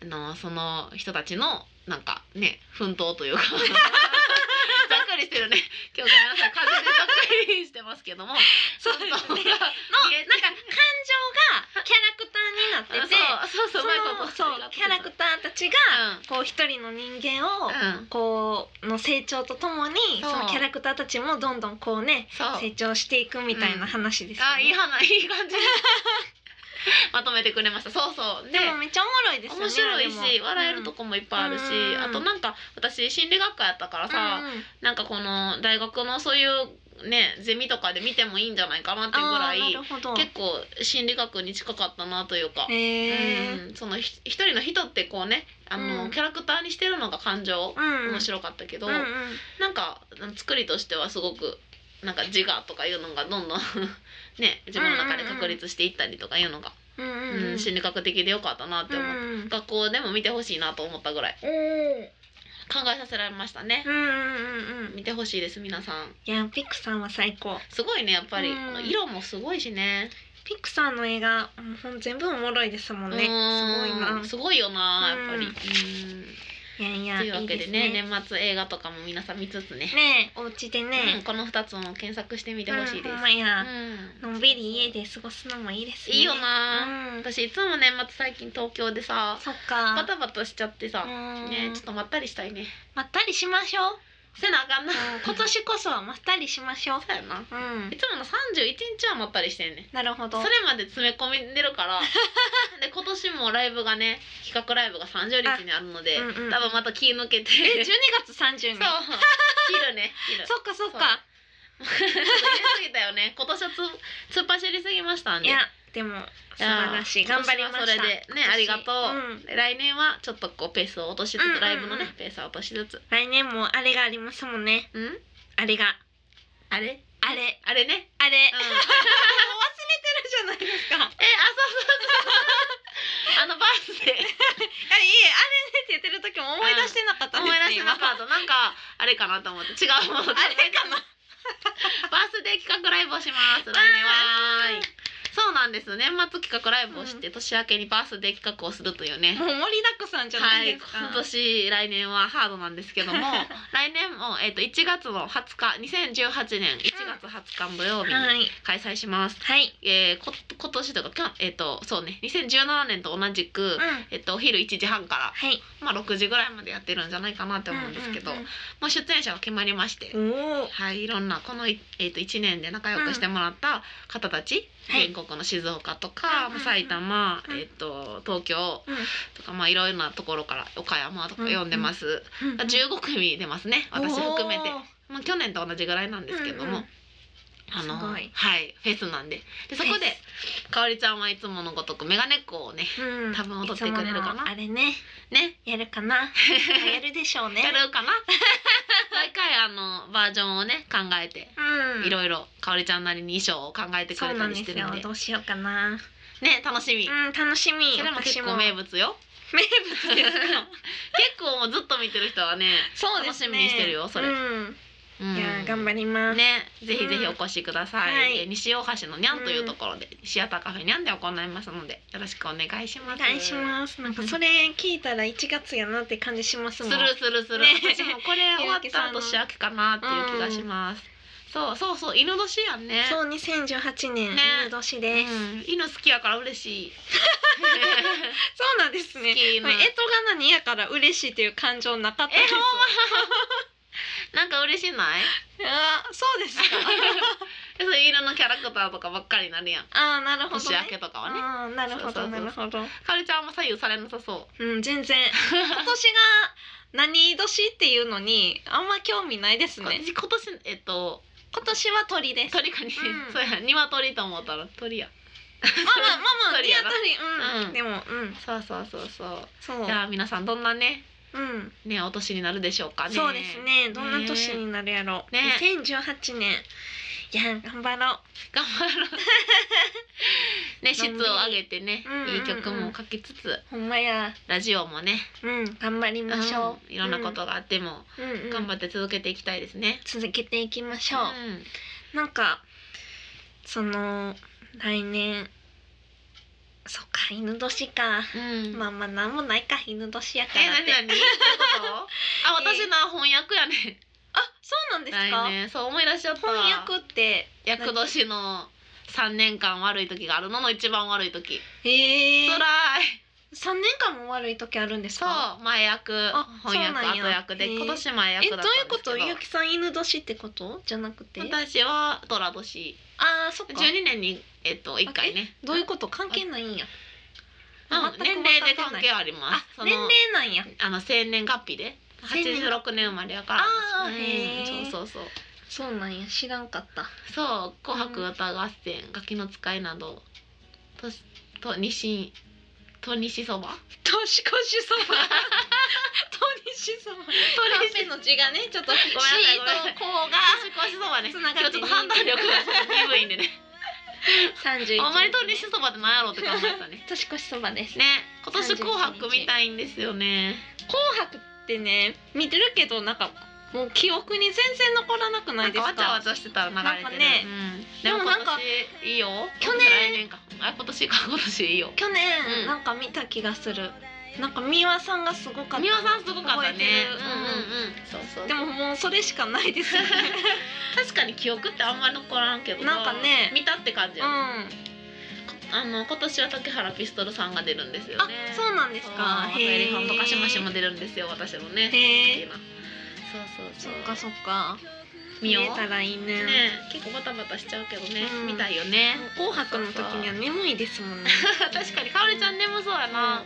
Speaker 2: うん
Speaker 1: あのその人たちのなんかね奮闘とい うかざっくりしてるね今日ごめんなさい風でざっくりしてますけども
Speaker 2: そうで すねのなんか感情
Speaker 1: が
Speaker 2: がキャラクターになってて
Speaker 1: そうそうそう
Speaker 2: そのそうキャラクターたちがこう一人の人間を、
Speaker 1: うん、うん、
Speaker 2: こうの成長とともに
Speaker 1: そ
Speaker 2: そうのキャラクターたちもどんどんこうね
Speaker 1: そう
Speaker 2: 成長していくみたいな話ですよね。
Speaker 1: あいい話い い感じまとめてくれましたそうそうで
Speaker 2: でもめっちゃおもろいですよね。
Speaker 1: 面白い
Speaker 2: あれ
Speaker 1: し
Speaker 2: も
Speaker 1: 笑えるとこもいっぱいあるし、
Speaker 2: うん
Speaker 1: あとなんか私心理学科やったからさ、なんかこの大学のそういうねゼミとかで見てもいいんじゃないかなっていうぐらい
Speaker 2: うんうん、あーなるほど。
Speaker 1: 結構心理学に近かったなというか、
Speaker 2: へー
Speaker 1: うん、そのひ一人の人ってこうねあの、
Speaker 2: うん
Speaker 1: キャラクターにしてるのが感情、
Speaker 2: うん
Speaker 1: 面白かったけど、
Speaker 2: うんうん
Speaker 1: なんか作りとしてはすごくなんか自我とかいうのがどんど んね自分の中で確立していったりとかいうの
Speaker 2: う
Speaker 1: が、
Speaker 2: んう
Speaker 1: うん
Speaker 2: んうん
Speaker 1: 心理学的でよかったなって思って、
Speaker 2: うん
Speaker 1: 学校でも見てほしいなと思ったぐらい考えさせられましたね
Speaker 2: う、んうんうんうん。
Speaker 1: 見てほしいです皆さん
Speaker 2: いやピクサーは最高。
Speaker 1: すごいねやっぱり、
Speaker 2: うん
Speaker 1: 色もすごいしね
Speaker 2: ピクサーの映画うんほん全部おもろいですもんね。すご
Speaker 1: うん
Speaker 2: いな。
Speaker 1: すごいよなやっぱり、
Speaker 2: う
Speaker 1: うんん
Speaker 2: いやいや
Speaker 1: というわけ
Speaker 2: い
Speaker 1: で
Speaker 2: す
Speaker 1: ね年末映画とかも皆さん見つつね
Speaker 2: ねえお家で
Speaker 1: うん
Speaker 2: ね、
Speaker 1: この2つも検索してみて
Speaker 2: うん
Speaker 1: ほしいです、
Speaker 2: ほんまや、
Speaker 1: うん
Speaker 2: のんびり家で過ごすのもいいですね
Speaker 1: いいよ
Speaker 2: う
Speaker 1: な、
Speaker 2: ん、
Speaker 1: 私いつも年末最近東京でさ
Speaker 2: そっか
Speaker 1: バタバタしちゃってさ、
Speaker 2: うん
Speaker 1: ねちょっとまったりしたいね
Speaker 2: まったりしましょう
Speaker 1: せなあかんな
Speaker 2: 今年こそはまったりしましょう
Speaker 1: そうや
Speaker 2: う
Speaker 1: な
Speaker 2: ん
Speaker 1: いつもの31日はまったりしてんねん
Speaker 2: なるほど
Speaker 1: それまで詰め込んでるからで今年もライブがね企画ライブが30日にあるので、
Speaker 2: あうんうん
Speaker 1: 多分また気抜けて
Speaker 2: え
Speaker 1: そう
Speaker 2: 12月30日
Speaker 1: 切るね切る
Speaker 2: そっかそっ
Speaker 1: そ
Speaker 2: か
Speaker 1: うやりすぎたよね今年はつ突っ走りすぎましたん
Speaker 2: い
Speaker 1: で
Speaker 2: やでも素晴らしい頑張りました
Speaker 1: 今年はそれでねありがとう、
Speaker 2: うん
Speaker 1: 来年はちょっとこうペースを落としつつ、
Speaker 2: うんうんうん
Speaker 1: ライブのねペースを落としつつ
Speaker 2: 来年もあれがありますもんね
Speaker 1: うん
Speaker 2: あれが
Speaker 1: あれ
Speaker 2: あれ
Speaker 1: あれね、
Speaker 2: あれ、
Speaker 1: うん、えあ
Speaker 2: 忘れてるじゃないですかあれいい
Speaker 1: そうそうそうあのバース
Speaker 2: えあ
Speaker 1: デー
Speaker 2: れねって言ってる時も思い出してなかったん
Speaker 1: 思
Speaker 2: で
Speaker 1: い
Speaker 2: すね
Speaker 1: 出してなかったなんかあれかなと思って違うもの
Speaker 2: 今あれかな
Speaker 1: バースデー企画ライブをします来年は
Speaker 2: わー
Speaker 1: そうなんです年末企画ライブをして、年明けにバースデー企画をするというね
Speaker 2: もう盛りだくさんじゃな
Speaker 1: はいい、
Speaker 2: で
Speaker 1: 今
Speaker 2: すか、
Speaker 1: 年来年はハードなんですけども来年も、えっと1月の20日2018年1月20日土曜日に
Speaker 2: い
Speaker 1: 開催します、
Speaker 2: はい
Speaker 1: えーこ今年とかきょんえっ、とそうね2017年と同じく、
Speaker 2: うんは
Speaker 1: えっとお昼1時半から、
Speaker 2: い
Speaker 1: まあ、6時ぐらいまでやってるんじゃないかなって思うんですけど、
Speaker 2: うん
Speaker 1: もう出演者が決まりまして、
Speaker 2: うんうんおお
Speaker 1: はい、いろんなこの、いえー、と1年で仲良くしてもらった方たち、
Speaker 2: はい
Speaker 1: 全国の静岡とか、
Speaker 2: うんうんうん
Speaker 1: 埼玉、
Speaker 2: うん
Speaker 1: えー、と東京
Speaker 2: うん
Speaker 1: とか、まあ、いろんなところから岡山とか呼んでます、
Speaker 2: うん
Speaker 1: 15組出ますね私含めて
Speaker 2: お、ー
Speaker 1: まあ、去年と同じぐらいなんですけど
Speaker 2: う
Speaker 1: も、
Speaker 2: んうん
Speaker 1: あの
Speaker 2: すご
Speaker 1: はいフェスなんででそこ
Speaker 2: フェ
Speaker 1: でかおりちゃんはいつものごとくメガネっ子をね
Speaker 2: うん
Speaker 1: 多分踊ってくれるかな
Speaker 2: つ
Speaker 1: い
Speaker 2: ものあれね
Speaker 1: ね
Speaker 2: やるかなやるでしょうね
Speaker 1: やるかな 毎回あのバージョンをね考えて
Speaker 2: うん
Speaker 1: いろいろかおりちゃんなりに衣装を考えてく
Speaker 2: そ
Speaker 1: れ
Speaker 2: う
Speaker 1: た
Speaker 2: なん
Speaker 1: り
Speaker 2: で
Speaker 1: して
Speaker 2: す
Speaker 1: る
Speaker 2: よ
Speaker 1: んで
Speaker 2: どうしようかな
Speaker 1: ね楽しみ、
Speaker 2: うん楽しみ
Speaker 1: それも結構名
Speaker 2: 名物
Speaker 1: 物 よ
Speaker 2: 名物
Speaker 1: 結
Speaker 2: ですか
Speaker 1: 構もうずっと見てる人はね、
Speaker 2: そうで
Speaker 1: 楽
Speaker 2: す
Speaker 1: し
Speaker 2: ね
Speaker 1: みにしてるよそれ
Speaker 2: うん
Speaker 1: うん
Speaker 2: いやー頑張ります
Speaker 1: ね、ぜひぜひお越しください。
Speaker 2: うんはい
Speaker 1: えー西大橋のにゃんというところで、シアターカフェにゃんで行いますので、よろしくお願いします。
Speaker 2: お願いし
Speaker 1: す。
Speaker 2: ますなんかそれ聞いたら1月やなって感じします
Speaker 1: す
Speaker 2: もん
Speaker 1: るするする。
Speaker 2: ね
Speaker 1: 私もこれ終わった後年明けかなっていう気がし ます。そうそうそう犬年やんね。
Speaker 2: そう2018年
Speaker 1: ね
Speaker 2: 犬年です、
Speaker 1: うん犬好きやから嬉し い。
Speaker 2: そうなんですね
Speaker 1: 好きな
Speaker 2: まあ干支が何やから嬉しいという感情なかった
Speaker 1: え、
Speaker 2: です
Speaker 1: ほんま。なんか嬉しない？
Speaker 2: あーそうですか
Speaker 1: そういう犬のキャラクターとかばっかりなるやん。
Speaker 2: あーなるほど
Speaker 1: 年
Speaker 2: ね
Speaker 1: 明けとかはね。
Speaker 2: あーなるほ
Speaker 1: そう
Speaker 2: ど
Speaker 1: そう
Speaker 2: な
Speaker 1: そう
Speaker 2: るほど
Speaker 1: カルちゃんも左右されなさそう。
Speaker 2: うん全 然今年が何年っていうのにあんま興味ないですね
Speaker 1: 私今年えっと
Speaker 2: 今年は鳥です
Speaker 1: 鳥かに、
Speaker 2: うん
Speaker 1: そうや鶏と思ったら鳥や
Speaker 2: まあまあまあまあ
Speaker 1: 鳥やな
Speaker 2: 鶏うん、
Speaker 1: うん
Speaker 2: でもうん
Speaker 1: そうそうそうそう
Speaker 2: そう
Speaker 1: じゃあ皆さんどんなね
Speaker 2: うん
Speaker 1: ねお年になるでしょうかね
Speaker 2: そうですねどんな年になるやろう、
Speaker 1: ね
Speaker 2: 2018年いや頑張ろ
Speaker 1: 頑張ろ うね質を上げてね、
Speaker 2: うんうんうん
Speaker 1: いい曲も書きつつ
Speaker 2: うほんまや
Speaker 1: ラジオもね、
Speaker 2: うん頑張りましょう、
Speaker 1: うんいろんなことがあっても、
Speaker 2: うん、うんうん
Speaker 1: 頑張って続けていきたいですね、
Speaker 2: 続けていきましょう、
Speaker 1: ん
Speaker 2: なんかその来年そっか犬年か、
Speaker 1: うん
Speaker 2: まあまあなんもないか犬年やか
Speaker 1: え
Speaker 2: らっ
Speaker 1: 何
Speaker 2: て
Speaker 1: 何どういうことあ私の翻訳やね
Speaker 2: あそうなんですか
Speaker 1: 来年そう思い出しちゃった
Speaker 2: 翻訳って
Speaker 1: 厄年の三年間悪い時があるのの一番悪い時
Speaker 2: え
Speaker 1: 辛
Speaker 2: ー、
Speaker 1: い
Speaker 2: 3年間も悪い時あるんです
Speaker 1: そ
Speaker 2: か
Speaker 1: う前役
Speaker 2: あ
Speaker 1: 翻
Speaker 2: そうなん
Speaker 1: 訳
Speaker 2: や
Speaker 1: 後役
Speaker 2: へ
Speaker 1: で
Speaker 2: ー
Speaker 1: 今年前
Speaker 2: え
Speaker 1: 役
Speaker 2: ど
Speaker 1: だ
Speaker 2: う
Speaker 1: っ
Speaker 2: いう
Speaker 1: たんで
Speaker 2: こ
Speaker 1: すけ
Speaker 2: と
Speaker 1: ど
Speaker 2: ゆきさん犬年ってことじゃなくて
Speaker 1: 私は寅年
Speaker 2: あーそっか
Speaker 1: 十二年にえっと一回ね
Speaker 2: どういうこと関係ないんや
Speaker 1: うん
Speaker 2: 全く
Speaker 1: 年齢で関係ありま
Speaker 2: あ
Speaker 1: すそ
Speaker 2: 年
Speaker 1: の
Speaker 2: 齢なんや
Speaker 1: あの生年月日で
Speaker 2: 生
Speaker 1: 八
Speaker 2: 年
Speaker 1: 十六年生まれやから
Speaker 2: あー
Speaker 1: うん
Speaker 2: へー
Speaker 1: そうそうそう
Speaker 2: そうなんや知らんかった
Speaker 1: そう「紅白歌合戦」「ガキの使い」などとしと日清と西そば
Speaker 2: 年越しそば 年越しそばカンペの字がねちょっと
Speaker 1: ごめんなさいごめん
Speaker 2: シ
Speaker 1: なさい
Speaker 2: ーとこうが
Speaker 1: 年越しそばね
Speaker 2: つながっ
Speaker 1: 今
Speaker 2: て
Speaker 1: 日ちょっと判断力が鈍い んでね
Speaker 2: 三十一
Speaker 1: あんまり通りしそばってなんやろうって考えてたね。
Speaker 2: 年越しそばです
Speaker 1: ね、今年紅白見たいんですよね。
Speaker 2: 紅白ってね見てるけどなんかもう記憶に全然残らなくな
Speaker 1: ないん
Speaker 2: で
Speaker 1: か
Speaker 2: すか
Speaker 1: わちゃわちゃしてたら流れ
Speaker 2: なん
Speaker 1: て
Speaker 2: か
Speaker 1: る。
Speaker 2: ね
Speaker 1: うん、
Speaker 2: で
Speaker 1: で
Speaker 2: も
Speaker 1: も
Speaker 2: な
Speaker 1: 今
Speaker 2: んか
Speaker 1: 年いいよ。
Speaker 2: 去年
Speaker 1: 来年か。あ今年か今年いいよ。
Speaker 2: 去年、
Speaker 1: うん
Speaker 2: なんか見た気がするなんか美輪さんがすごかった
Speaker 1: 美輪さんすごかった
Speaker 2: 覚えてる
Speaker 1: ね。
Speaker 2: う
Speaker 1: うんんうんうん。そうそう。
Speaker 2: でももうそれしかないです よね
Speaker 1: 確かに記憶ってあんまり残らんけど
Speaker 2: なんかね
Speaker 1: 見たって感じ
Speaker 2: うん
Speaker 1: やね、あの今年は竹原ピストルさんが出るんですよ
Speaker 2: あ
Speaker 1: ね。
Speaker 2: そうなんですか
Speaker 1: そうエレファントカシマシも
Speaker 2: で
Speaker 1: 出るんですよ私のね。
Speaker 2: へー
Speaker 1: 好きなそうそ
Speaker 2: そ
Speaker 1: うそう
Speaker 2: っかそっか
Speaker 1: 見よう
Speaker 2: えたらいいね
Speaker 1: ねえ結構バタバタしちゃうけどね、
Speaker 2: うん
Speaker 1: 見たいよね
Speaker 2: 紅白の時には眠いですもんね
Speaker 1: 確かにかおりちゃん眠そうやな、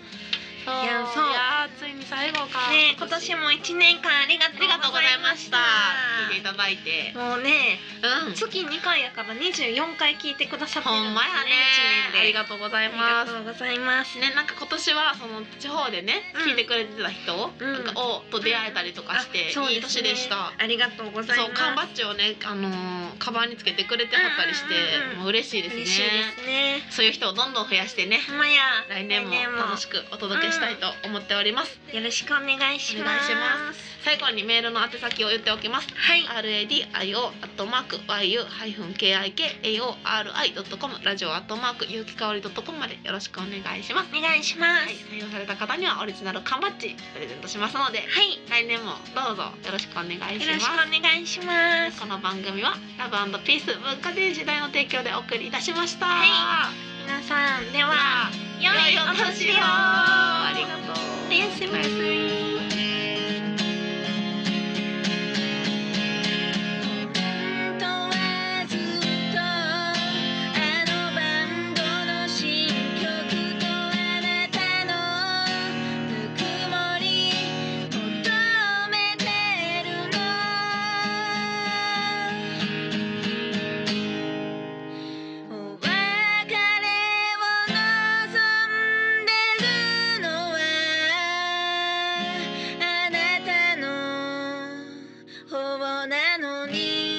Speaker 1: そう
Speaker 2: いやそう
Speaker 1: いやーついに最後か
Speaker 2: ね今年も一年間ありがと
Speaker 1: あ
Speaker 2: う
Speaker 1: りがとうご
Speaker 2: ご
Speaker 1: ざ
Speaker 2: ざ
Speaker 1: い
Speaker 2: い
Speaker 1: ま
Speaker 2: ま
Speaker 1: し
Speaker 2: したた
Speaker 1: 聞いていただいて
Speaker 2: もうね
Speaker 1: うん
Speaker 2: 月二回やから二十四回聞いてくださってる
Speaker 1: ほんまやね
Speaker 2: 一年で
Speaker 1: ありがとうござい
Speaker 2: あ
Speaker 1: ま
Speaker 2: り
Speaker 1: す
Speaker 2: がとうございます
Speaker 1: ね、なんか今年はその地方でね、
Speaker 2: うん
Speaker 1: 聞いてくれてた人を、
Speaker 2: うん
Speaker 1: なんかをと出会えたりとかして、
Speaker 2: あそう
Speaker 1: いい
Speaker 2: すね
Speaker 1: 年でした。
Speaker 2: ありがとうございます
Speaker 1: そう缶バッジをね、あのーカバンにつけてくれてはったりして、
Speaker 2: うんうんうんうん
Speaker 1: もう嬉しいですね
Speaker 2: 嬉しいですね
Speaker 1: そういう人をどんどん増やしてね
Speaker 2: ほんまや
Speaker 1: 来年も楽しくお届けしたいと思っております、
Speaker 2: よろしくお願いします
Speaker 1: お願いし最後にメールの宛先を言っておきます
Speaker 2: はい
Speaker 1: radio.yu-kikaori.com ラジオ .yu ゆうきかおり .com までよろしくお願いします
Speaker 2: お願いします
Speaker 1: はい、採用された方にはオリジナル缶バッジプレゼントしますので
Speaker 2: はい
Speaker 1: 来年もどうぞよろしくお願いし
Speaker 2: よろし
Speaker 1: ま
Speaker 2: く
Speaker 1: す
Speaker 2: お願いします
Speaker 1: この番組はラブピース文化電時代の提供でお送りいたしました、
Speaker 2: は皆さんでは良いお年を
Speaker 1: ありがとう
Speaker 2: おやすみなさい
Speaker 4: 本当はずっとあのバンドの新曲とあなたのぬくもり求めてるのお別れを望んでるのはあなたの方なのに